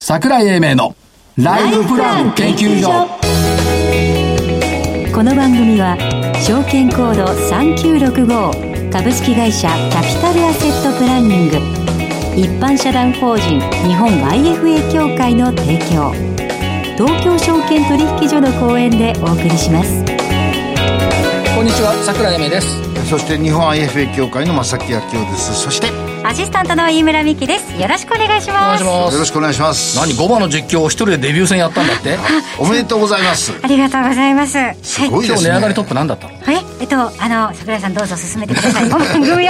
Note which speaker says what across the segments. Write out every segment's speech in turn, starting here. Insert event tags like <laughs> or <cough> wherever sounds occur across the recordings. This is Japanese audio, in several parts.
Speaker 1: 桜井英明のライフプラン研究所
Speaker 2: この番組は証券コード3965株式会社キャピタルアセットプランニング一般社団法人日本 IFA 協会の提供東京証券取引所の講演でお送りします
Speaker 3: こんにちは桜井英明です
Speaker 4: そして日本 IFA 協会の正木明夫ですそしてよ
Speaker 2: アシスタントの飯村美希ですよろしくお願いします
Speaker 4: ろしくお願いします
Speaker 3: 何5番の実況を一人でデビュー戦やったんだって
Speaker 4: おめでとうございます
Speaker 2: ありがとうございますはい
Speaker 4: すごい
Speaker 3: 今
Speaker 4: で
Speaker 3: 日
Speaker 4: す
Speaker 3: 値
Speaker 4: ね
Speaker 3: 上がりトップなんだったの
Speaker 2: ええっとあの桜井さんどうぞ進めてくだ
Speaker 1: <laughs>
Speaker 2: さいこの番組をはい、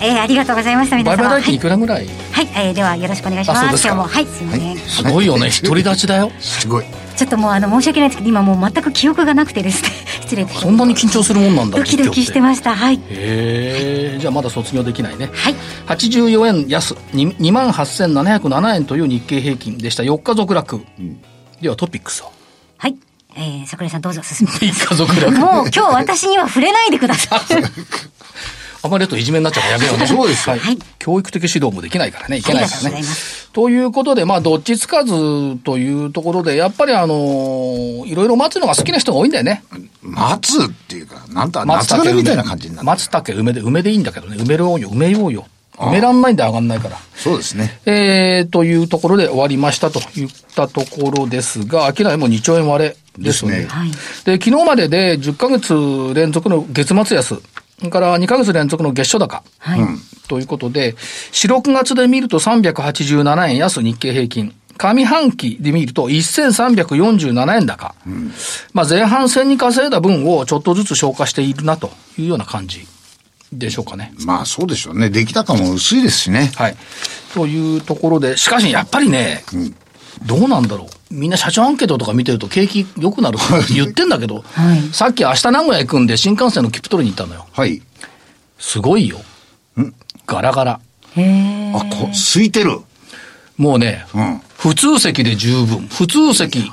Speaker 2: えー、ありがとうございました皆
Speaker 3: 売買
Speaker 2: 様
Speaker 3: 代
Speaker 2: は
Speaker 3: 金
Speaker 2: い
Speaker 3: いくらぐらい
Speaker 2: はい、えー、ではよろしくお願いしま
Speaker 3: あ
Speaker 2: す
Speaker 3: そうですか
Speaker 2: 今日もはいすいません、
Speaker 3: すごいよね独り立ちだよ
Speaker 4: すごい
Speaker 2: ちょっともうあの申し訳ないですけど今もう全く記憶がなくてですね失礼いたしまし
Speaker 3: <laughs> そんなに緊張するもんなん
Speaker 2: たド
Speaker 3: だ
Speaker 2: キドキして
Speaker 3: す
Speaker 2: ましたはい
Speaker 3: へえじゃあまだ卒業できないね
Speaker 2: はい
Speaker 3: 84円安2万8707円という日経平均でした4日続落、ではトピックスを
Speaker 2: はい、えー、桜井さんどうぞ進めてくださ
Speaker 3: 3日続
Speaker 2: い
Speaker 3: <laughs> 落
Speaker 2: もう今日私には触れないでくだ
Speaker 3: <laughs>
Speaker 2: さい
Speaker 3: あまりやるといじめになっちゃうからやめようね。そうですはい
Speaker 2: はい。
Speaker 3: 教育的指導もできないからね、いけないか
Speaker 2: ありがとう
Speaker 3: ら
Speaker 2: ござい
Speaker 3: ね
Speaker 2: ま。
Speaker 3: ということで、まあ、どっちつかずというところで、やっぱりあのーいろいろ待つのが好きな人が多いんだよね。
Speaker 4: 松っていうかなんと
Speaker 3: 松
Speaker 4: 夏枯
Speaker 3: 茸
Speaker 4: れ
Speaker 3: 梅
Speaker 4: みたいな感じになって
Speaker 3: 松茸梅で、梅でいいんだけどね。埋めようよ、埋めようよ。埋めらんないんで上がんないから。
Speaker 4: そうですね
Speaker 3: えー、というところで終わりましたといったところですが、商いも2兆円割れですよね。
Speaker 4: ですね
Speaker 2: はい
Speaker 3: で、昨日までで10ヶ月連続の月末安、それから2ヶ月連続の月初高。
Speaker 2: はい、
Speaker 3: ということで、4、6月で見ると387円安日経平均。上半期で見ると1347円高。まあ前半戦に稼いだ分をちょっとずつ消化しているなというような感じでしょうかね。
Speaker 4: まあそうでしょうね出来高も薄いですしね
Speaker 3: はい。というところで、しかしやっぱりね、どうなんだろう。みんな社長アンケートとか見てると景気良くなるって言ってんだけど、
Speaker 2: <laughs> はい
Speaker 3: さっき明日名古屋行くんで新幹線の切符取りに行ったのよ。
Speaker 4: はい
Speaker 3: すごいよ。ガラガラ。
Speaker 2: へえ
Speaker 4: あこ空いてる
Speaker 3: もうね、
Speaker 4: うん
Speaker 3: 普通席で十分。普通席、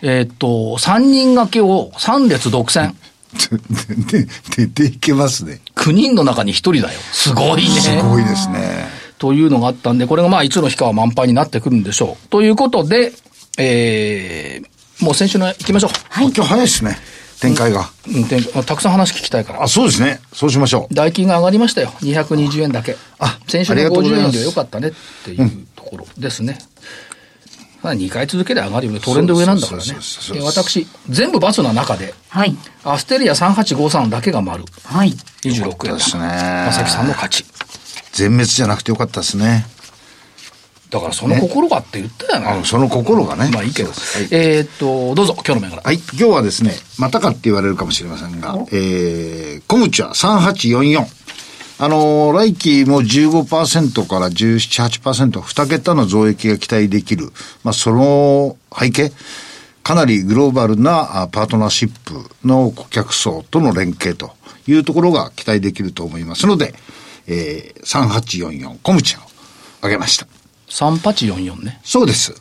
Speaker 3: えーっと、三人掛けを3列独占。
Speaker 4: で出ていけますね
Speaker 3: 9人の中に1人だよ。すごいね。
Speaker 4: すごいですね
Speaker 3: というのがあったんで、これがまあいつの日かは満杯になってくるんでしょう。ということで、えー、もう先週の行きましょう。
Speaker 4: 今日早いですね展開が
Speaker 3: うんてんたくさん話聞きたいから
Speaker 4: あ。そうですねそうしましょう
Speaker 3: 代金が上がりましたよ。220円だけ。
Speaker 4: あ
Speaker 3: 先週の
Speaker 4: ありがとうござい
Speaker 3: 50
Speaker 4: ま
Speaker 3: 円
Speaker 4: す
Speaker 3: でよかったねっていうところですね。まあ2回続けて上がるよね。トレンド上なんだからね
Speaker 4: そうですそう。
Speaker 3: で
Speaker 4: ですそう
Speaker 3: 私、
Speaker 4: で
Speaker 3: 全部バスの中で、
Speaker 2: はい
Speaker 3: アステリア3853だけが丸。
Speaker 2: はい
Speaker 3: 26円だ。
Speaker 4: ですね
Speaker 3: まさきさんの勝ち。
Speaker 4: 全滅じゃなくてよかったですね
Speaker 3: だからその心がって言ったよ
Speaker 4: あ
Speaker 3: な
Speaker 4: の。その心がね
Speaker 3: まあいいけど
Speaker 4: そう。ですはい
Speaker 3: えーっと、どうぞ、今日の銘柄。
Speaker 4: はい、今日はですね、またかって言われるかもしれませんが、えー、コムチは3844。あのー来期も15%から17、8%、2桁の増益が期待できる。まあ、その背景、かなりグローバルなあパートナーシップの顧客層との連携というところが期待できると思いますので、えー、3844、コムチを上げました。
Speaker 3: 3844ね。
Speaker 4: そうです。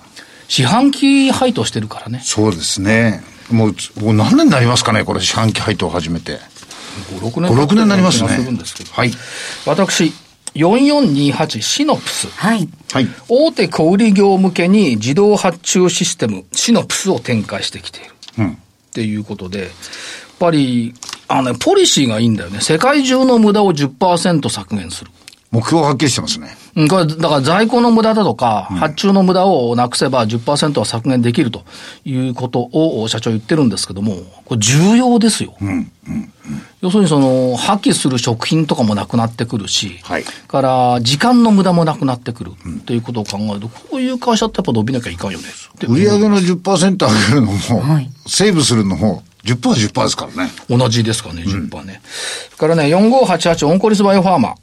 Speaker 3: 四半期配当してるからね。
Speaker 4: そうですね。もう、もう何年になりますかね、これ、四半期配当を始めて。
Speaker 3: 5、6年。
Speaker 4: 5、6年になりますね
Speaker 3: 気がるんですけ。ど。
Speaker 4: はい。
Speaker 3: 私、4428シノプス。
Speaker 2: はい
Speaker 4: はい。
Speaker 3: 大手小売業向けに自動発注システム、シノプスを展開してきている。
Speaker 4: うん。
Speaker 3: っていうことで、やっぱり、あのね、ポリシーがいいんだよね。世界中の無駄を10%削減する。
Speaker 4: 目標をはっきりしてますね。
Speaker 3: うん、これ、だから在庫の無駄だとか、発注の無駄をなくせば10%は削減できるということを社長言ってるんですけども、これ重要ですよ。要するにその、破棄する食品とかもなくなってくるし、
Speaker 4: はい
Speaker 3: から、時間の無駄もなくなってくるということを考えると、こういう会社ってやっぱ伸びなきゃいかんよね。で
Speaker 4: 売上の10%上げるのも、
Speaker 2: はい
Speaker 4: セーブするのも、10%は10%ですからね。
Speaker 3: 同じですかね、10%はね。それからね、4588オンコリスバイオファーマ。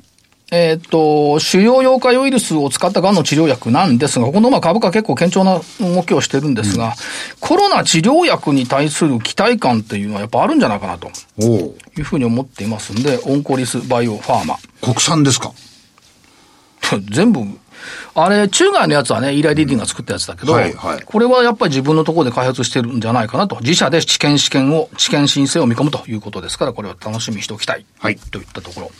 Speaker 3: えーっと、主要溶解ウイルスを使ったがんの治療薬なんですが、ここのまあ株価結構堅調な動きをしてるんですが、コロナ治療薬に対する期待感っていうのはやっぱあるんじゃないかなと
Speaker 4: おお。
Speaker 3: いうふうに思っていますんで、オンコリスバイオファーマ。
Speaker 4: 国産ですか。
Speaker 3: 全部、あれ、中外のやつはね、イーライ・リーディンが作ったやつだけど、
Speaker 4: はいはい
Speaker 3: これはやっぱり自分のところで開発してるんじゃないかなと、自社で治験試験を、治験申請を見込むということですから、これは楽しみにしておきたい、
Speaker 4: はい
Speaker 3: といったところ。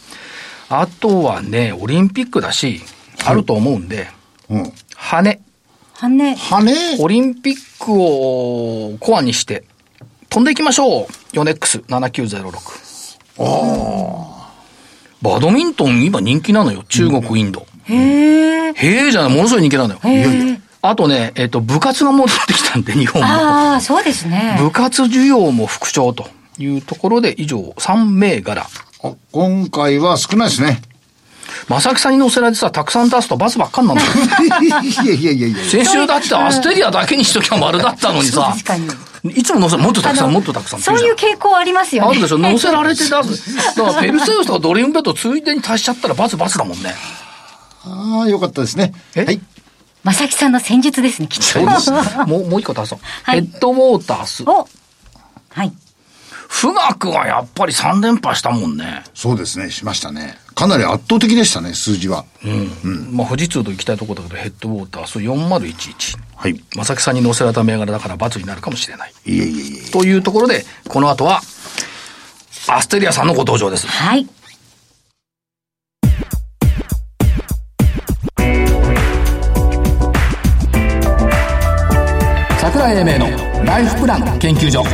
Speaker 3: あとはね、オリンピックだし、あると思うんで、
Speaker 4: うん。
Speaker 3: 羽、
Speaker 2: 羽根。
Speaker 4: 羽根
Speaker 3: オリンピックをコアにして、飛んでいきましょう。ヨネックス7906。ああ。バドミントン今人気なのよ。中国、インド。
Speaker 2: へえ。
Speaker 3: へえじゃない、ものすごい人気なのよ。
Speaker 2: へ
Speaker 3: あとね、えっ、と、部活が戻ってきたんで、日本も。
Speaker 2: ああ、そうですね。
Speaker 3: 部活需要も復調というところで、以上3銘柄。
Speaker 4: あ今回は少ないですね。
Speaker 3: 正木さんに乗せられてさ、たくさん出すとバスばっかんな
Speaker 2: <laughs>
Speaker 3: んだよ。
Speaker 4: いやいやいやいや
Speaker 3: 先週だってアステリアだけにしときゃ丸だったのにさ。
Speaker 2: 確かに。
Speaker 3: いつも乗せ、もっとたくさ
Speaker 2: あ
Speaker 3: ん、
Speaker 2: の
Speaker 3: もっとたくさん。
Speaker 2: そういう傾向ありますよね。
Speaker 3: あるでしょ乗せられて出す。だからペルセウスとかドリームベッドついでに足しちゃったらバスバスだもんね。
Speaker 4: ああ、よかったですね。
Speaker 3: え
Speaker 4: はい。
Speaker 2: まさきさんの戦術ですね、
Speaker 3: <laughs>
Speaker 2: きっと。
Speaker 3: もう、もう一個足そう。
Speaker 2: はい
Speaker 3: ヘッドウォータース。
Speaker 2: <laughs> おはい。
Speaker 3: 富岳がやっぱり3連覇したもんね。
Speaker 4: そうですね、しましたね。かなり圧倒的でしたね、数字は。
Speaker 3: まあ富士通と行きたいところだけど、ヘッドウォータース4011。
Speaker 4: はい。い
Speaker 3: 正木さんに乗せられた銘柄だから罰になるかもしれない。
Speaker 4: えいえいえ。
Speaker 3: というところで、この後は、アステリアさんのご登場です。
Speaker 2: はい。
Speaker 1: 桜井英明のライフプラン研究所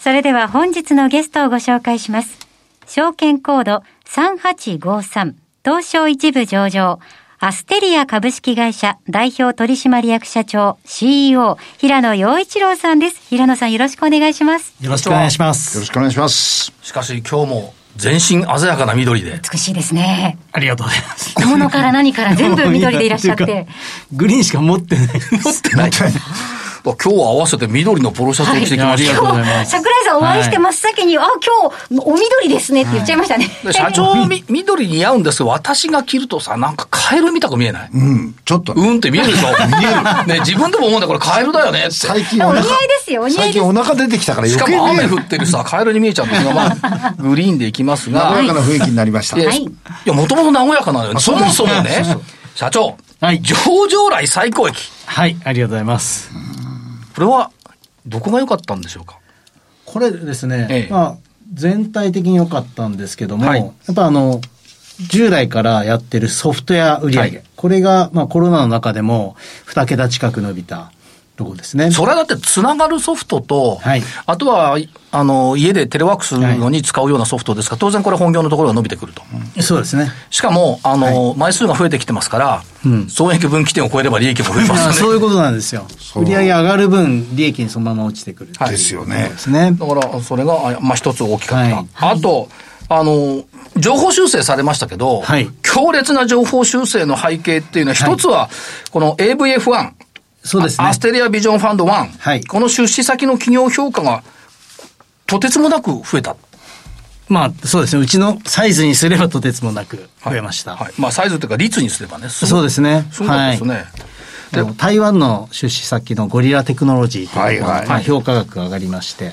Speaker 2: それでは本日のゲストをご紹介します。証券コード3853東証一部上場アステリア株式会社代表取締役社長 CEO 平野陽一郎さんです。平野さんよろしくお願いします。
Speaker 5: よろしくお願いしま
Speaker 4: よろ
Speaker 5: す。
Speaker 4: しくお願いします。
Speaker 3: しかし今日も全身鮮やかな緑で。
Speaker 2: 美しいですね。
Speaker 5: ありがとうございます。
Speaker 2: 小物から何から全部緑でいらっ
Speaker 5: <laughs>
Speaker 2: しゃっ
Speaker 5: もういいな
Speaker 2: て
Speaker 5: ていうか。グリーンしか持ってない。持っ
Speaker 3: <laughs>
Speaker 5: て
Speaker 3: ない。今日は合わせて緑のポロシャツを着てきまし
Speaker 5: あ
Speaker 3: た
Speaker 5: りがとうござい
Speaker 3: よ。
Speaker 5: ます
Speaker 2: 桜井さんお会いして真っ先に、あ、今日、お緑ですねって言っちゃいましたね。
Speaker 3: で社長み、緑似合うんですけど、私が着るとさ、なんかカエルみたく見えない
Speaker 4: うん、ちょっとね、
Speaker 3: うんって見えるでしょ見える。ね、自分でも思うんだよこれカエルだよねって。
Speaker 4: 最近
Speaker 2: お
Speaker 4: お
Speaker 2: 似合
Speaker 4: 腹
Speaker 2: い、ですよ、お似合い
Speaker 4: 最
Speaker 2: です
Speaker 4: 近。お腹出てきたから
Speaker 3: し
Speaker 4: 余
Speaker 3: か
Speaker 4: 計
Speaker 3: も
Speaker 4: ね
Speaker 3: 雨降ってるさ、カエルに見えちゃうんですが、まあ、グリーンでいきますが。
Speaker 4: 爽やかな雰囲気になりました。
Speaker 3: いや、
Speaker 2: はい
Speaker 3: いや、もともと和やかなのよ。そもそもね、社長、
Speaker 5: はい
Speaker 3: 上場来最高益。
Speaker 5: はい、ありがとうございます。
Speaker 3: これは、どこが良かったんでしょうか
Speaker 5: これですね、
Speaker 3: ええ
Speaker 5: まあ、全体的に良かったんですけども、
Speaker 3: はい
Speaker 5: やっぱあの、従来からやってるソフトウェア売上、
Speaker 3: はい
Speaker 5: これが、まあ、コロナの中でも2桁近く伸びたところですね。
Speaker 3: それはだって、つながるソフトと、
Speaker 5: はい
Speaker 3: あとは、あの、家でテレワークするのに使うようなソフトですから、当然これ本業のところが伸びてくると。
Speaker 5: そうですね。
Speaker 3: しかも、あの、枚数が増えてきてますから、損益分岐点を超えれば利益も増えま
Speaker 5: <laughs> まあ、
Speaker 3: す
Speaker 5: そ
Speaker 3: よ
Speaker 5: う
Speaker 3: ね。
Speaker 5: いうことなんですよ。売上上がる分、利益にそのまま落ちてくるっていう
Speaker 4: ですよね
Speaker 5: ところですね。
Speaker 3: だから、それが、あまあ、一つ大きかった。
Speaker 5: は
Speaker 3: あ
Speaker 5: い
Speaker 3: と、あの、情報修正されましたけど、
Speaker 5: はい
Speaker 3: 強烈な情報修正の背景っていうのは、一つは、この AVF1、
Speaker 5: そうですね。
Speaker 3: アステリアビジョンファンド1、
Speaker 5: はい
Speaker 3: この出資先の企業評価が、とてつもなく増えた。
Speaker 5: まあ、そうですね。うちのサイズにすればとてつもなく増えました。
Speaker 3: はい。まあ、サイズというか、率にすればね。
Speaker 5: そうですね
Speaker 3: そうなんですね。
Speaker 5: あの台湾の出資先のゴリラテクノロジーというところ
Speaker 4: はいはい
Speaker 5: まあ評価額が上がりまして、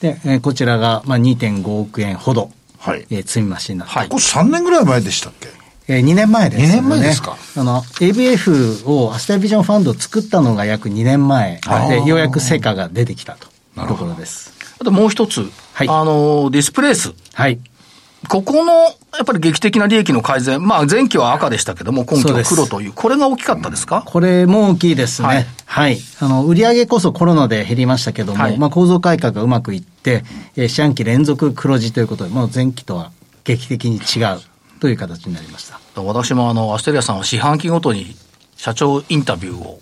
Speaker 5: で、えーこちらが、まあ、2.5億円ほど、
Speaker 4: はい
Speaker 5: えー積み増しになって、
Speaker 3: はい
Speaker 4: これ3年ぐらい前でしたっけ
Speaker 5: えー2年前です、ね。
Speaker 4: 二年前ですか
Speaker 5: あの、ABF を、アステアビジョンファンドを作ったのが約2年前で、ようやく成果が出てきたとところです。
Speaker 3: あともう一つ、
Speaker 5: はい
Speaker 3: あの、ディスプレイス。
Speaker 5: はい。
Speaker 3: ここの、やっぱり劇的な利益の改善。まあ、前期は赤でしたけども、今期
Speaker 5: そう
Speaker 3: は
Speaker 5: です
Speaker 3: 黒という。これが大きかったですか、
Speaker 5: これも大きいですね。
Speaker 3: は
Speaker 5: はいい。あの、売上こそコロナで減りましたけども、
Speaker 3: はい
Speaker 5: まあ構造改革がうまくいって、えー四半期連続黒字ということで、もう前期とは劇的に違うという形になりました。
Speaker 3: 私もあの、アステリアさんは四半期ごとに社長インタビューを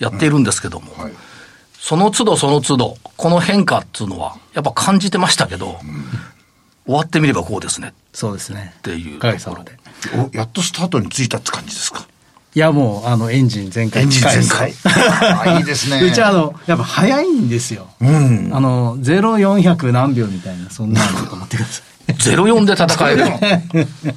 Speaker 3: やっているんですけども、
Speaker 4: はい。
Speaker 3: その都度その都度、この変化っていうのは、やっぱ感じてましたけど、終わってみればこうですね
Speaker 5: そうですね。
Speaker 3: っていうと
Speaker 5: おかげ
Speaker 3: こ
Speaker 5: さ
Speaker 3: ろ
Speaker 5: まで。
Speaker 4: お、やっとスタートについたって感じですか。
Speaker 5: いや、もう、あの、エンジン全開。
Speaker 4: エンジン全開あいいです
Speaker 5: <laughs>
Speaker 4: ね
Speaker 5: うちは、あの、やっぱ早いんですよ。 <laughs>
Speaker 4: うん。
Speaker 5: あの、0400何秒みたいな、そんなのと思ってください。
Speaker 3: 04で戦え
Speaker 5: <laughs>
Speaker 3: る。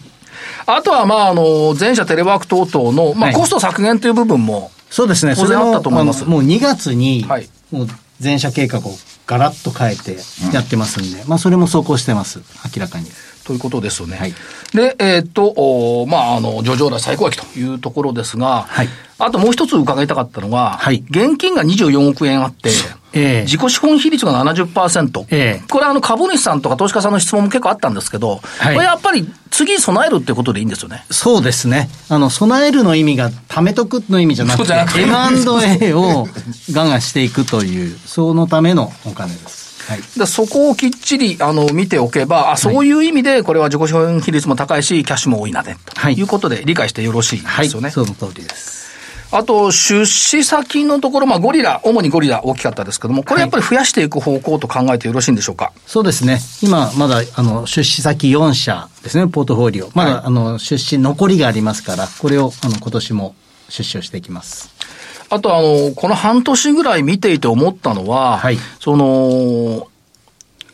Speaker 3: あとは、まあ、あの、全社テレワーク等々の、ま
Speaker 5: は
Speaker 3: あ、
Speaker 5: い
Speaker 3: コスト削減という部分も、
Speaker 5: そうですね。
Speaker 3: 当然
Speaker 5: それも
Speaker 3: あったと思います
Speaker 5: あのもう2月に、
Speaker 3: はい
Speaker 5: もう全社計画をガラッと変えてやってますんで、まあそれも走行してます。明らかに。
Speaker 3: ということですよね。
Speaker 5: はい
Speaker 3: で、えーっと、おーまあ、あの、上場来最高益というところですが、
Speaker 5: はい
Speaker 3: あともう一つ伺いたかったのが、
Speaker 5: はい
Speaker 3: 現金が24億円あって、
Speaker 5: ええ
Speaker 3: 自己資本比率が70%。
Speaker 5: ええ
Speaker 3: これ、あの、株主さんとか投資家さんの質問も結構あったんですけど、
Speaker 5: はい
Speaker 3: これやっぱり、つ次備えるってことでいいんですよね。
Speaker 5: そうですね。あの、備えるの意味が、貯めとくの意味じゃなくて、
Speaker 3: そうじゃなくて <laughs>
Speaker 5: M&A をガンガンしていくという、そのためのお金です。はい。
Speaker 3: でそこをきっちりあの見ておけば、あそういう意味で、これは自己資本比率も高いし、キャッシュも多いなで、と
Speaker 5: はい
Speaker 3: いうことで理解してよろしい
Speaker 5: は
Speaker 3: で
Speaker 5: い。
Speaker 3: すよね。
Speaker 5: その通りです。
Speaker 3: あと、出資先のところ、まあ、ゴリラ、主にゴリラ大きかったですけども、これやっぱり増やしていく方向と考えてよろしいんでしょうか。
Speaker 5: そうですね。今、まだ、あの、出資先4社ですね、ポートフォリオ。まだ、
Speaker 3: はい
Speaker 5: あの、出資残りがありますから、これを、あの、今年も出資をしていきます。
Speaker 3: あと、あの、この半年ぐらい見ていて思ったのは、
Speaker 5: はい
Speaker 3: その、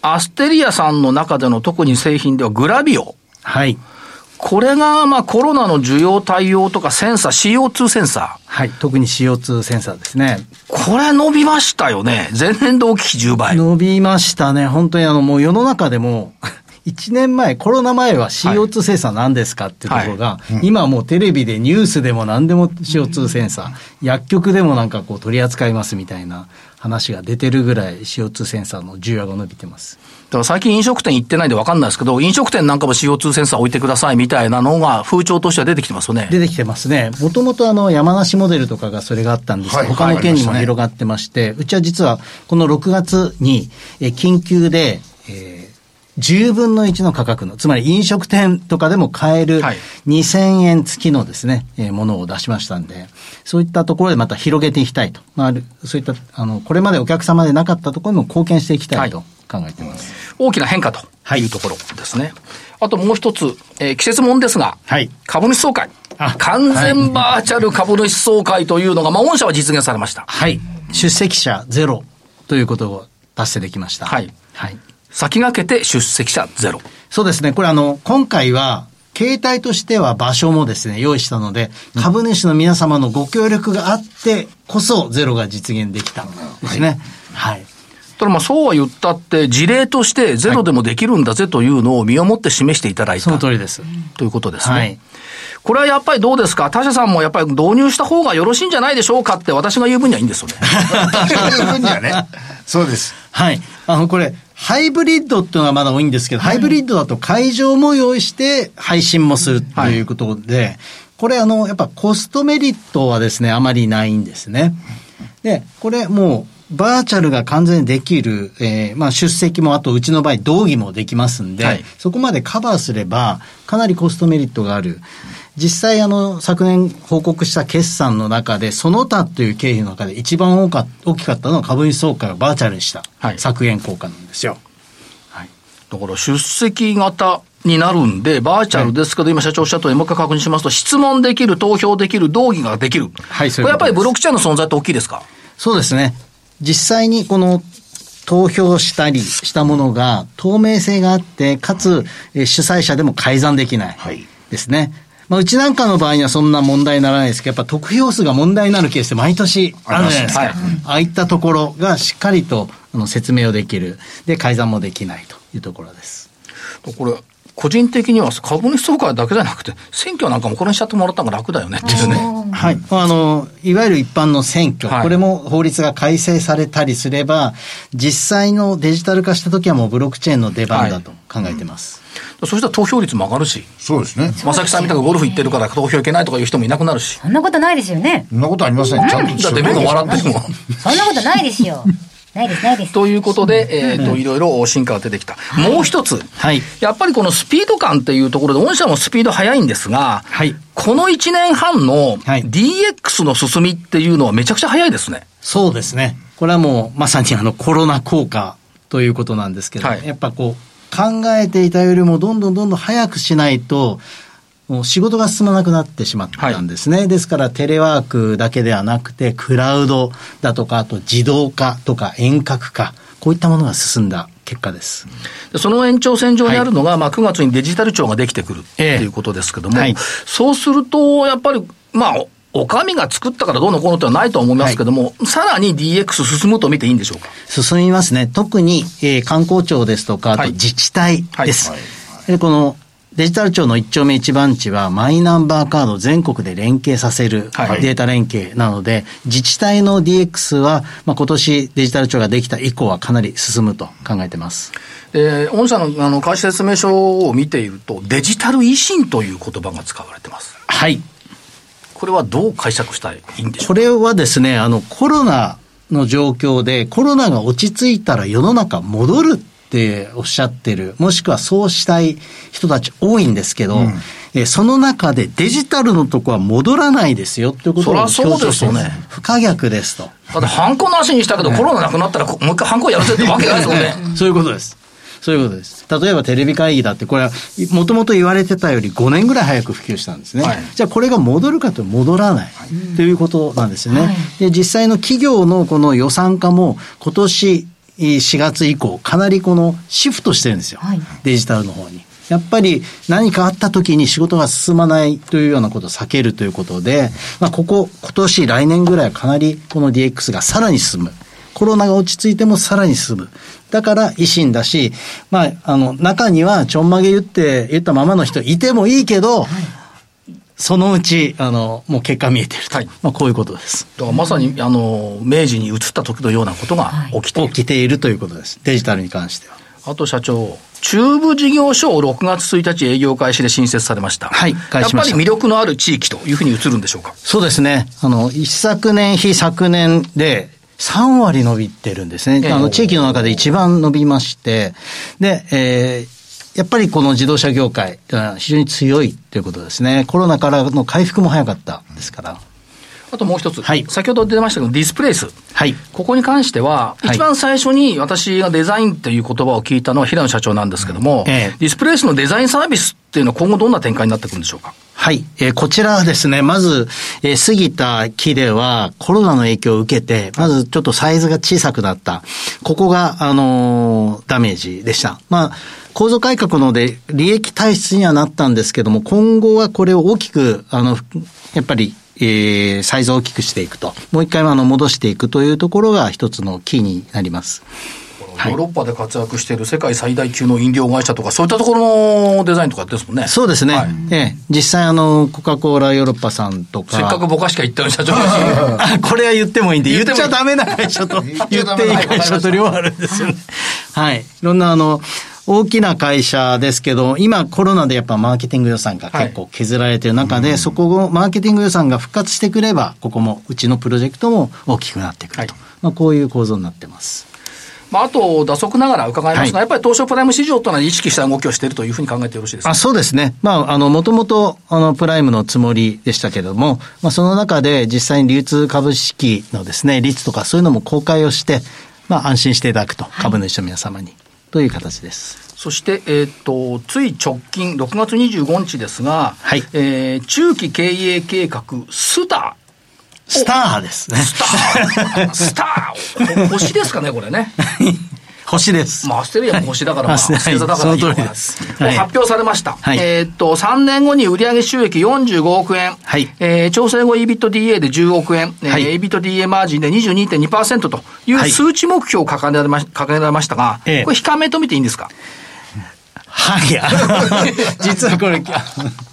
Speaker 3: アステリアさんの中での特に製品ではグラビオ。
Speaker 5: はい。
Speaker 3: これが、まあ、コロナの需要対応とかセンサー、CO2 センサー。
Speaker 5: はい。特に CO2 センサーですね。
Speaker 3: これ伸びましたよね。前年同期比10倍。
Speaker 5: 伸びましたね。本当にあの、もう世の中でも、1年前、コロナ前は CO2 センサー何ですかっていうところが、今はもうテレビでニュースでも何でも CO2 センサー、薬局でもなんかこう取り扱いますみたいな話が出てるぐらい CO2 センサーの需要が伸びてます。
Speaker 3: だから最近飲食店行ってないんで分かんないですけど、飲食店なんかも CO2 センサー置いてくださいみたいなのが風潮としては出てきてますよね。
Speaker 5: 出てきてますね。もともとあの、山梨モデルとかがそれがあったんですけ
Speaker 4: はい
Speaker 5: ど、他の県にも
Speaker 4: はい
Speaker 5: 広がってまして、うちは実はこの6月に、えー緊急で、えー10分の1の価格の、つまり飲食店とかでも買える
Speaker 3: はい
Speaker 5: 2000円付きのですね、えーものを出しましたんで、そういったところでまた広げていきたいと。まあある、そういった、あの、これまでお客様でなかったところにも貢献していきたいと考えています。
Speaker 3: 大きな変化というところですね。あともう一つ、えー季節もんですが、
Speaker 5: はい
Speaker 3: 株主総会
Speaker 5: あ。
Speaker 3: 完全バーチャル株主総会というのが、まあ、御社は実現されました。
Speaker 5: はい。出席者ゼロということを達成できました。
Speaker 3: はい
Speaker 5: はい。
Speaker 3: 先駆けて出席者ゼロ。
Speaker 5: そうですね。これあの、今回は、携帯としては場所もですね、用意したので、株主の皆様のご協力があってこそ、ゼロが実現できたんですね。はい。
Speaker 3: ただまあそうは言ったって、事例としてゼロでもできるんだぜというのを身をもって示していただい
Speaker 5: そ
Speaker 3: た
Speaker 5: の通りです。
Speaker 3: ということですね。
Speaker 5: はい。
Speaker 3: これはやっぱりどうですか他社さんもやっぱり導入した方がよろしいんじゃないでしょうかって私が言う分にはいいんですよね。
Speaker 4: そういう分にはね。そうです。
Speaker 5: はい。あの、これ、ハイブリッドっていうのがまだ多いんですけど、ハイブリッドだと会場も用意して配信もするということで、これあの、やっぱコストメリットはですね、あまりないんですね。で、これもう、バーチャルが完全にできる、えーまあ出席も、あとうちの場合、道義もできますんで、
Speaker 3: はい
Speaker 5: そこまでカバーすれば、かなりコストメリットがある。実際、あの、昨年報告した決算の中で、その他という経費の中で一番多か大きかったのは株主総会をバーチャルにした
Speaker 3: はい
Speaker 5: 削減効果なんですよ。はい。
Speaker 3: だから出席型になるんで、バーチャルですけど、今社長おっしゃったように、もう一回確認しますと、質問できる、投票できる、動議ができる。
Speaker 5: はい
Speaker 3: こ
Speaker 5: そういうことです
Speaker 3: れやっぱりブロックチェーンの存在って大きいですか
Speaker 5: そうですね。実際にこの投票したりしたものが透明性があって、かつえー主催者でも改ざんできない
Speaker 4: はい
Speaker 5: ですね。まあ、うちなんかの場合にはそんな問題にならないですけど、やっぱ得票数が問題になるケースって毎年あるじゃないですか。
Speaker 3: ありますね
Speaker 5: ああいったところがしっかりとあの説明をできる。で、改ざんもできないというところです。
Speaker 3: これ、個人的には株主総会だけじゃなくて、選挙なんかもこれにしちゃってもらった方が楽だよねっていうね。
Speaker 5: はい、あのいわゆる一般の選挙、
Speaker 3: はい
Speaker 5: これも法律が改正されたりすれば、実際のデジタル化した時はもうブロックチェーンの出番だと考えてます。
Speaker 3: そしたら投票率も上がるし、
Speaker 4: そうですね。
Speaker 3: 正木さんみたいにゴルフ行ってるから投票行けないとかいう人もいなくなるし。
Speaker 6: そんなことないですよね。
Speaker 4: そんなことありません。ちゃんと
Speaker 3: だって目が笑ってるもん。
Speaker 6: そんなことないですよ。ないです、ないです。
Speaker 3: ということで、えっ、と、いろいろ進化が出てきた。もう一つ、
Speaker 5: はい
Speaker 3: やっぱりこのスピード感っていうところで、御社もスピード速いんですが、
Speaker 5: はい
Speaker 3: この1年半の
Speaker 5: はい
Speaker 3: DX の進みっていうのはめちゃくちゃ速いですね。
Speaker 5: そうですね。これはもうまさにあのコロナ効果ということなんですけど、
Speaker 3: はい
Speaker 5: やっぱこう考えていたよりもどんどんどんどん早くしないと、もう仕事が進まなくなってしまったんですね。ですからテレワークだけではなくて、クラウドだとか、あと自動化とか遠隔化、こういったものが進んだ結果です。
Speaker 3: でその延長線上にあるのが、まあ9月にデジタル庁ができてくるっていうことですけども、
Speaker 5: ええはい
Speaker 3: そうすると、やっぱり、まあ、お上が作ったからどうのこうのってのはないとは思いますけども、さらに DX 進むと見ていいんでしょうか。
Speaker 5: 進みますね。特に、えー観光庁ですとか、あ
Speaker 3: は
Speaker 5: と
Speaker 3: い
Speaker 5: 自治体です。
Speaker 3: はい
Speaker 5: でこのデジタル庁の一丁目一番地は、マイナンバーカードを全国で連携させる、
Speaker 3: はい
Speaker 5: データ連携なので、自治体の DX は、まあ、今年デジタル庁ができた以降はかなり進むと考えてます。
Speaker 3: で、御社のあの会社説明書を見ていると、デジタル維新という言葉が使われてます。
Speaker 5: はい。
Speaker 3: これはどう解釈したらいいんでしょ
Speaker 5: こ
Speaker 3: う
Speaker 5: れはですね、あの、コロナの状況で、コロナが落ち着いたら世の中戻るっておっしゃってる、もしくはそうしたい人たち多いんですけど、えーその中でデジタルのとこは戻らないですよっていうことを
Speaker 3: そり
Speaker 5: 強
Speaker 3: ゃそう
Speaker 5: 調
Speaker 3: で
Speaker 5: し
Speaker 3: す
Speaker 5: て
Speaker 3: よ
Speaker 5: ま
Speaker 3: ね
Speaker 5: す。不可逆ですと。
Speaker 3: だって、ハンコなしにしたけど、コロナなくなったら、こもう一回ハンコやるぜってわけない <laughs> ですもんね。
Speaker 5: <laughs> そういうことです。そういうことです。例えばテレビ会議だって、これは、もともと言われてたより5年ぐらい早く普及したんですね。
Speaker 3: はい
Speaker 5: じゃあこれが戻るかというと戻らない、ということなんですよね。で、実際の企業のこの予算化も今年えー4月以降、かなりこのシフトしてるんですよ。
Speaker 6: はい
Speaker 5: デジタルの方に。やっぱり何かあった時に仕事が進まないというようなことを避けるということで、まあ、ここ、今年来年ぐらいはかなりこの DX がさらに進む。コロナが落ち着いてもさらに進む。だから維新だし、まあ、あの、中にはちょんまげ言って、言ったままの人いてもいいけど、そのうち、あの、もう結果見えてると。
Speaker 3: はい
Speaker 5: まあ、こういうことです。
Speaker 3: だからまさに、あの、明治に移った時のようなことが起きている
Speaker 5: 起きているということです。デジタルに関しては。
Speaker 3: あと社長、中部事業所を6月1日営業開始で新設されました。
Speaker 5: はい開始しました
Speaker 3: やっぱり魅力のある地域というふうに移るんでしょうか。
Speaker 5: そうですね。あの、一昨年、非昨年で、3割伸びてるんですね。
Speaker 3: ええ
Speaker 5: あの、地域の中で一番伸びまして、で、えーやっぱりこの自動車業界、あ非常に強いということですね。コロナからの回復も早かったですから。
Speaker 3: あともう一つ、
Speaker 5: はい
Speaker 3: 先ほど出ましたけど、ディスプレイス。
Speaker 5: はい。
Speaker 3: ここに関しては、
Speaker 5: はい
Speaker 3: 一番最初に私がデザインという言葉を聞いたのは平野社長なんですけども、
Speaker 5: ええ
Speaker 3: ディスプレイスのデザインサービスっていうのは今後どんな展開になってくるんでしょうか。
Speaker 5: はい。えーこちらはですね、まず、えー過ぎた木ではコロナの影響を受けて、まずちょっとサイズが小さくなった。ここが、あのーダメージでした。まあ、構造改革ので利益体質にはなったんですけども、今後はこれを大きく、あの、やっぱり、えーサイズを大きくしていくと。もう一回あの戻していくというところが一つのキーになります。はい
Speaker 3: ヨーロッパで活躍している世界最大級の飲料会社とか、そういったところのデザインとかですもんね。
Speaker 5: そうですね。
Speaker 3: はい
Speaker 5: ええ実際あの、コカ・コーラヨーロッパさんとか。
Speaker 3: せっかく僕はしか言ったのに社長
Speaker 5: <laughs>
Speaker 3: が。
Speaker 5: あこれは言ってもいいんで、言
Speaker 3: 言っ
Speaker 5: っ
Speaker 3: ても
Speaker 5: ちゃダメな会社と、言
Speaker 4: 言
Speaker 5: っ
Speaker 4: ってち
Speaker 5: い
Speaker 4: ゃ
Speaker 5: い
Speaker 4: ダメな
Speaker 5: 会社と両方あるんですよね。はい。いろんなあの、大きな会社ですけど、今コロナでやっぱマーケティング予算が結構削られてる中で、そこをマーケティング予算が復活してくれば、ここもうちのプロジェクトも大きくなってくると。
Speaker 3: は
Speaker 5: まあこういう構造になってます。
Speaker 3: まあ、あと、打足ながら伺いますが、
Speaker 5: はい
Speaker 3: やっぱり東証プライム市場というのは意識した動きをしているというふうに考えてよろしいですか
Speaker 5: あそうですね。まあ、あの、もともと、あの、プライムのつもりでしたけれども、まあ、その中で実際に流通株式のですね、率とかそういうのも公開をして、まあ、安心していただくと、株主の皆様に、という形です。
Speaker 3: そして、えー、とつい直近、6月25日ですが、
Speaker 5: はい
Speaker 3: えー中期経営計画、スタ
Speaker 5: スターですね。
Speaker 3: ー、スター、スター、こ星ですかね、これね、
Speaker 5: 星です。
Speaker 3: まあ、アステリアも星だから、ま
Speaker 5: は
Speaker 3: あ、
Speaker 5: い
Speaker 3: 星座だからいいのかな
Speaker 5: はいその通りですは
Speaker 3: も
Speaker 5: い
Speaker 3: う発表されました、
Speaker 5: はい
Speaker 3: えー、と3年後に売上収益45億円、
Speaker 5: はい
Speaker 3: えー調整後、EBITDA で10億円、
Speaker 5: はい
Speaker 3: えー、EBITDA マージンで22.2%という
Speaker 5: はい
Speaker 3: 数値目標を掲げられまし掲げられましたが、
Speaker 5: ええ
Speaker 3: これ、控えめと見ていいんですか、
Speaker 5: はい。
Speaker 3: <laughs>
Speaker 5: あの実はこれ、
Speaker 3: どうですか
Speaker 5: <laughs>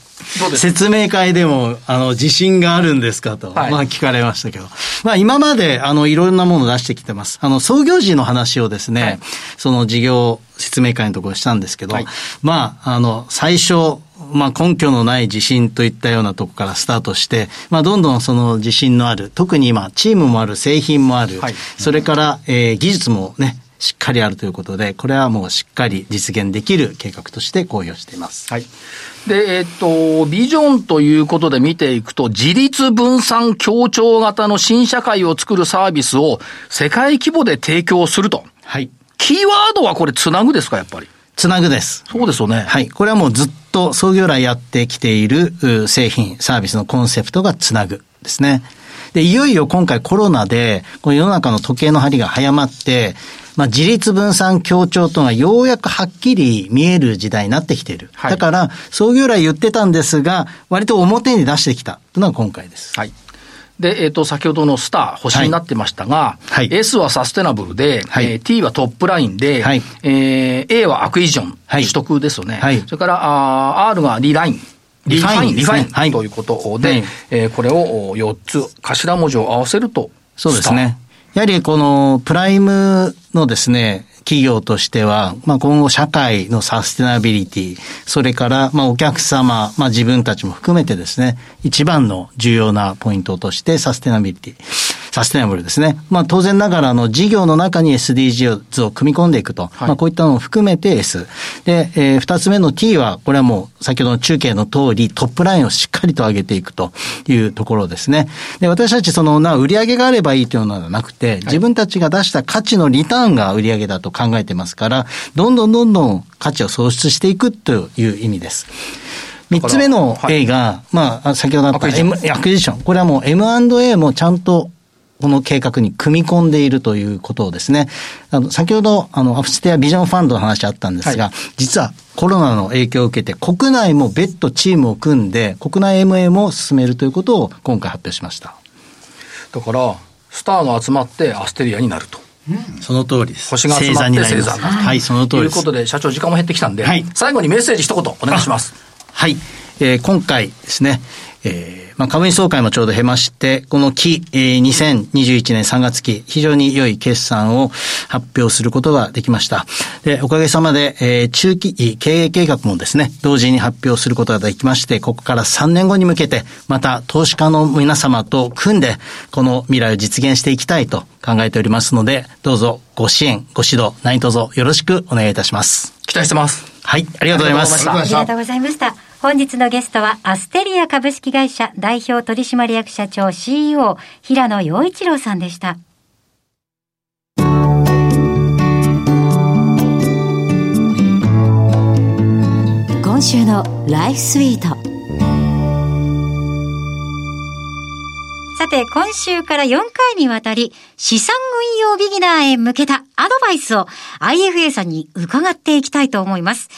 Speaker 5: 説明会でも、あの、自信があるんですかと、
Speaker 3: はい
Speaker 5: まあ聞かれましたけど。まあ今まで、あの、いろんなものを出してきてます。あの、創業時の話をですね、
Speaker 3: はい
Speaker 5: その事業説明会のところしたんですけど、
Speaker 3: はい
Speaker 5: まあ、あの、最初、まあ根拠のない自信といったようなとこからスタートして、まあどんどんその自信のある、特に今、チームもある、製品もある、
Speaker 3: はい
Speaker 5: それから、えー技術もね、しっかりあるということで、これはもうしっかり実現できる計画として公表しています。
Speaker 3: はい。で、えっと、ビジョンということで見ていくと、自立分散協調型の新社会を作るサービスを世界規模で提供すると。
Speaker 5: はい。
Speaker 3: キーワードはこれつなぐですか、やっぱり。
Speaker 5: つなぐです。
Speaker 3: そうですよね。
Speaker 5: はい。これはもうずっと創業来やってきているう製品、サービスのコンセプトがつなぐですね。で、いよいよ今回コロナで、この世の中の時計の針が早まって、まあ、自立分散協調というのがようやくはっきり見える時代になってきている。
Speaker 3: はい
Speaker 5: だから、創業来言ってたんですが、割と表に出してきたというのが今回です。
Speaker 3: はい。で、えっ、と、先ほどのスター、星になってましたが、
Speaker 5: はいはい
Speaker 3: S はサステナブルで、
Speaker 5: はい
Speaker 3: えー T はトップラインで、
Speaker 5: はい
Speaker 3: えー A はアクイジョン、
Speaker 5: はい
Speaker 3: 取得ですよね。
Speaker 5: はい
Speaker 3: それからあー R がリライン。
Speaker 5: リファイン
Speaker 3: リファイン、
Speaker 5: ですねはい
Speaker 3: ということで、
Speaker 5: はい
Speaker 3: えーこれを4つ頭文字を合わせると、
Speaker 5: そうですね。やはりこのプライムのですね、企業としては、まあ、今後社会のサステナビリティ、それから、まあ、お客様、まあ、自分たちも含めてですね、一番の重要なポイントとしてサステナビリティ、サステナブルですね。まあ、当然ながら、あの、事業の中に SDGs を組み込んでいくと、
Speaker 3: い
Speaker 5: まあ、こういったのを含めて S。で、えー二つ目の T は、これはもう、先ほどの中継の通り、トップラインをしっかりと上げていくというところですね。で、私たち、その、な、売り上げがあればいいというのではなくて、自分たちが出した価値のリターンが売り上げだと考えてますから、どんどんどんどん価値を創出していくという意味です。三つ目の
Speaker 3: はい
Speaker 5: A が、まあ、先ほどあっ
Speaker 3: アク
Speaker 5: た
Speaker 3: イジョン
Speaker 5: M アクイジション。これはもう M&A もちゃんとこの計画に組み込んでいるということをですね。あの、先ほど、あの、アフステアビジョンファンドの話あったんですが、
Speaker 3: は
Speaker 5: 実はコロナの影響を受けて、国内も別途チームを組んで、国内 MA も進めるということを今回発表しました。
Speaker 3: だから、スターが集まってアステリアになると。
Speaker 5: その通りです
Speaker 3: 星が集まって星座になる。
Speaker 5: はい、その通りです。
Speaker 3: ということで、社長時間も減ってきたんで、
Speaker 5: はい
Speaker 3: 最後にメッセージ一言お願いします。
Speaker 5: はい。えー今回ですね、えーまあ、株主総会もちょうど経まして、この期、えー2021年3月期、非常に良い決算を発表することができました。で、おかげさまで、えー中期えー経営計画もですね、同時に発表することができまして、ここから3年後に向けて、また投資家の皆様と組んで、この未来を実現していきたいと考えておりますので、どうぞご支援、ご指導、何卒よろしくお願いいたします。
Speaker 3: 期待してます。
Speaker 5: はい、ありがとうございます。
Speaker 6: ありがとうございました。本日のゲストは、アステリア株式会社代表取締役社長 CEO、平野陽一郎さんでした。
Speaker 2: 今週のライフスイート
Speaker 6: さて、今週から4回にわたり、資産運用ビギナーへ向けたアドバイスを IFA さんに伺っていきたいと思います。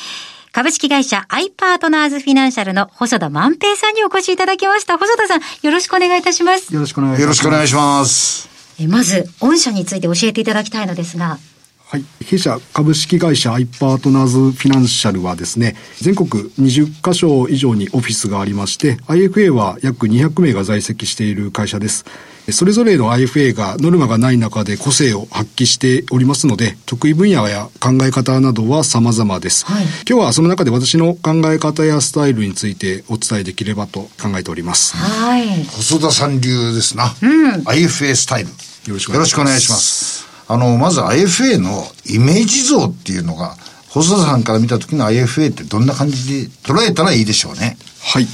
Speaker 6: 株式会社 i パートナーズフィナンシャルの細田万平さんにお越しいただきました。細田さん、よろしくお願いいたします。
Speaker 7: よろしくお願いします。
Speaker 4: よろしくお願いします。
Speaker 6: えまず、御社について教えていただきたいのですが、
Speaker 7: はい。弊社株式会社アイパートナーズフィナンシャルはですね、全国20カ所以上にオフィスがありまして、IFA は約200名が在籍している会社です。それぞれの IFA がノルマがない中で個性を発揮しておりますので、得意分野や考え方などは様々です。
Speaker 6: はい
Speaker 7: 今日はその中で私の考え方やスタイルについてお伝えできればと考えております。
Speaker 6: はい。
Speaker 4: 細田さん流ですな。IFA スタイル。
Speaker 7: よろしくお
Speaker 4: よ
Speaker 7: 願
Speaker 4: ろ
Speaker 7: い
Speaker 4: し
Speaker 7: します
Speaker 4: くお願いします。あの、まず IFA のイメージ像っていうのが、細田さんから見た時の IFA ってどんな感じで捉えたらいいでしょうね。
Speaker 7: はい。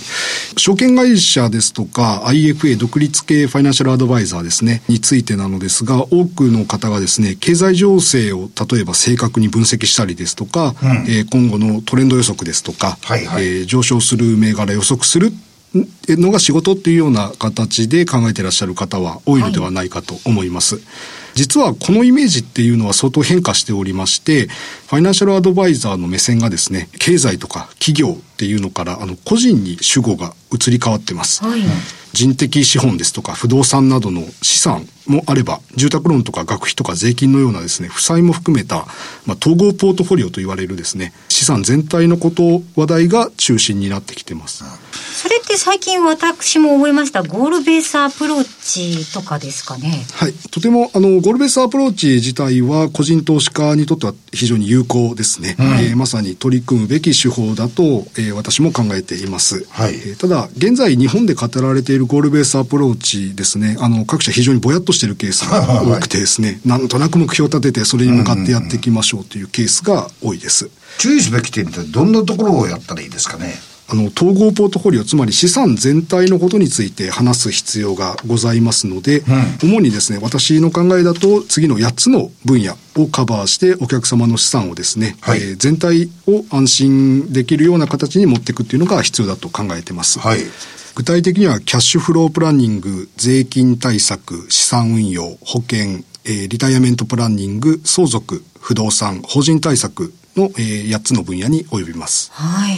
Speaker 7: 証券会社ですとか IFA 独立系ファイナンシャルアドバイザーですね、についてなのですが、多くの方がですね、経済情勢を例えば正確に分析したりですとか、えー今後のトレンド予測ですとか、
Speaker 4: はいはい
Speaker 7: えー上昇する銘柄予測するんのが仕事っていうような形で考えてらっしゃる方は多いのではないかと思います。実はこのイメージっていうのは相当変化しておりまして、ファイナンシャルアドバイザーの目線がですね、経済とか企業っていうのからあの個人に主語が移り変わってます。
Speaker 6: はい。
Speaker 7: 人的資本ですとか不動産などの資産もあれば住宅ローンとか学費とか税金のようなですね負債も含めた、まあ、統合ポートフォリオと言われるですね資産全体のこと話題が中心になってきてます。
Speaker 6: それって最近私も思いました。ゴールベースアプローチとかですかね。
Speaker 7: はい。とても、あの、ゴールベースアプローチ自体は、個人投資家にとっては非常に有効ですね。えーまさに取り組むべき手法だと、えー私も考えています。
Speaker 4: はい
Speaker 7: えーただ、現在日本で語られているゴールベースアプローチですね、あの、各社非常にぼやっとしているケース
Speaker 4: <laughs>
Speaker 7: が多くてですね、なんとなく目標を立てて、それに向かってやっていきましょうというケースが多いです。
Speaker 4: 注意すべき点ってどんなところをやったらいいですかね。
Speaker 7: あの統合ポートフォリオつまり資産全体のことについて話す必要がございますので、主にですね私の考えだと次の8つの分野をカバーしてお客様の資産をですね、
Speaker 4: はい
Speaker 7: えー全体を安心できるような形に持っていくっていうのが必要だと考えてます、
Speaker 4: はい
Speaker 7: 具体的にはキャッシュフロープランニング税金対策資産運用保険、えーリタイアメントプランニング相続不動産法人対策の、え8つの分野に及びます
Speaker 6: はい。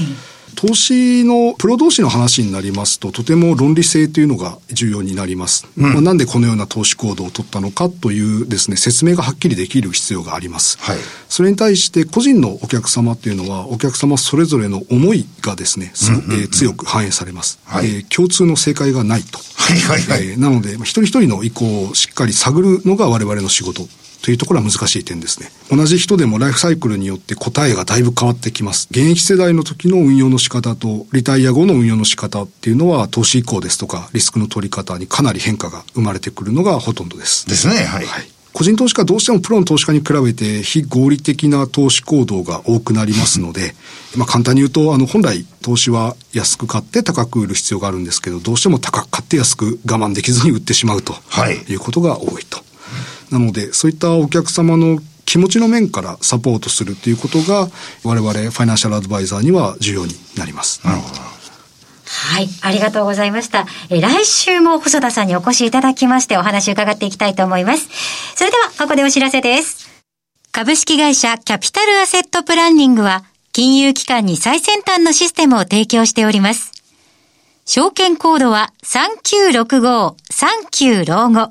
Speaker 7: 投資のプロ同士の話になりますと、とても論理性というのが重要になります。まあ、なんでこのような投資行動を取ったのかというですね、説明がはっきりできる必要があります。
Speaker 4: はい
Speaker 7: それに対して個人のお客様というのは、お客様それぞれの思いがですね、すごえー強く反映されます、
Speaker 4: はい
Speaker 7: えー共通の正解がないと。
Speaker 4: はいはいはい
Speaker 7: えーなので、まあ一人一人の意向をしっかり探るのが我々の仕事というところは難しい点ですね。同じ人でもライフサイクルによって答えがだいぶ変わってきます。現役世代の時の運用の仕方と、リタイア後の運用の仕方っていうのは、投資以降ですとか、リスクの取り方にかなり変化が生まれてくるのがほとんどです。
Speaker 4: ですね、はい。
Speaker 7: 個人投資家はどうしてもプロの投資家に比べて非合理的な投資行動が多くなります
Speaker 4: <laughs>
Speaker 7: ので、まあ簡単に言うと、あの本来投資は安く買って高く売る必要があるんですけど、どうしても高く買って安く我慢できずに売ってしまうと、
Speaker 4: はい
Speaker 7: いうことが多いと。なので、そういったお客様の気持ちの面からサポートするということが、我々ファイナンシャルアドバイザーには重要になります。
Speaker 4: なるほど。
Speaker 6: はい、ありがとうございました。えー来週も細田さんにお越しいただきましてお話伺っていきたいと思います。それでは、ここでお知らせです。株式会社キャピタルアセットプランニングは、金融機関に最先端のシステムを提供しております。証券コードは3965、39老後。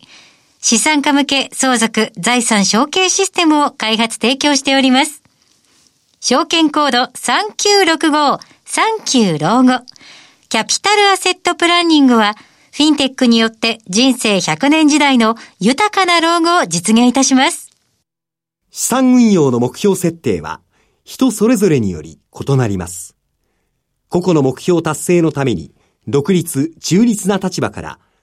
Speaker 6: 資産家向け相続財産承継システムを開発提供しております。証券コード3965、39老後。キャピタルアセットプランニングは、フィンテックによって人生100年時代の豊かな老後を実現いたします。
Speaker 8: 資産運用の目標設定は人それぞれにより異なります。個々の目標達成のために独立、中立な立場から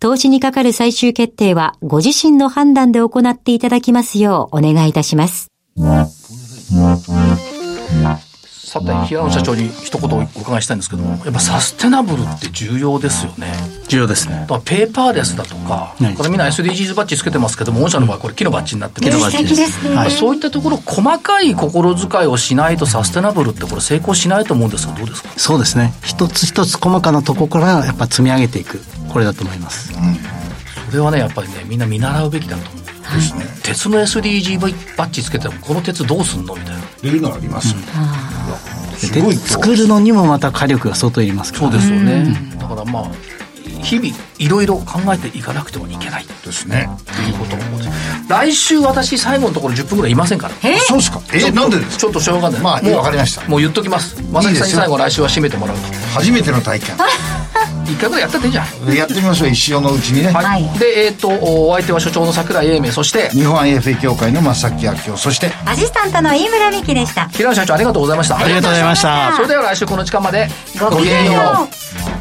Speaker 2: 投資にかかる最終決定は、ご自身の判断で行っていただきますようお願いいたします。
Speaker 3: さて平野社長に一言お伺いしたいんですけどもやっぱサステナブルって重要ですよね
Speaker 5: 重要ですね
Speaker 3: だからペーパーレスだとか、
Speaker 5: はい
Speaker 3: これみんな SDGs バッジつけてますけども御社の場合これ木のバッジになってます
Speaker 5: 木のバッジ
Speaker 6: 素敵ですね。
Speaker 3: まあそういったところ細かい心遣いをしないとサステナブルってこれ成功しないと思うんですがどうですか
Speaker 5: そうですね一つ一つ細かなとこからやっぱ積み上げていくこれだと思います
Speaker 3: それはねやっぱりねみんな見習うべきだと思う鉄の SDG バッジつけてもこの鉄どうすんのみたいな
Speaker 4: っていうのはあります。すご
Speaker 5: で
Speaker 4: い
Speaker 5: 作るのにもまた火力が相当いりますから
Speaker 3: そうですよねだからまあ日々いろいろ考えていかなくてはいけないと
Speaker 4: ですね。
Speaker 3: いうことを思うんです来週私最後のところ10分ぐらいいませんから
Speaker 6: え
Speaker 4: そうですか。え、なんでです
Speaker 3: ち
Speaker 4: か
Speaker 3: ょっとしょうがない
Speaker 4: まあ
Speaker 3: もう
Speaker 4: わかりました
Speaker 3: もう言っときます正木さんに最後来週は締めてもらうと
Speaker 4: 初めての体験。
Speaker 3: 一回ぐらいやったっていいじゃん
Speaker 4: でやってみましょう、一生のうちにね。
Speaker 3: はい、
Speaker 6: はい
Speaker 3: でえっ、とお相手は所長の桜井英明そして
Speaker 4: 日本 IFA 協会の正木明夫、そして、
Speaker 6: アシスタントの飯村美樹でした。
Speaker 3: 平野社長ありがとうございました
Speaker 5: ありがとうございました
Speaker 3: それでは来週この時間まで
Speaker 6: ごきげんよう。
Speaker 3: う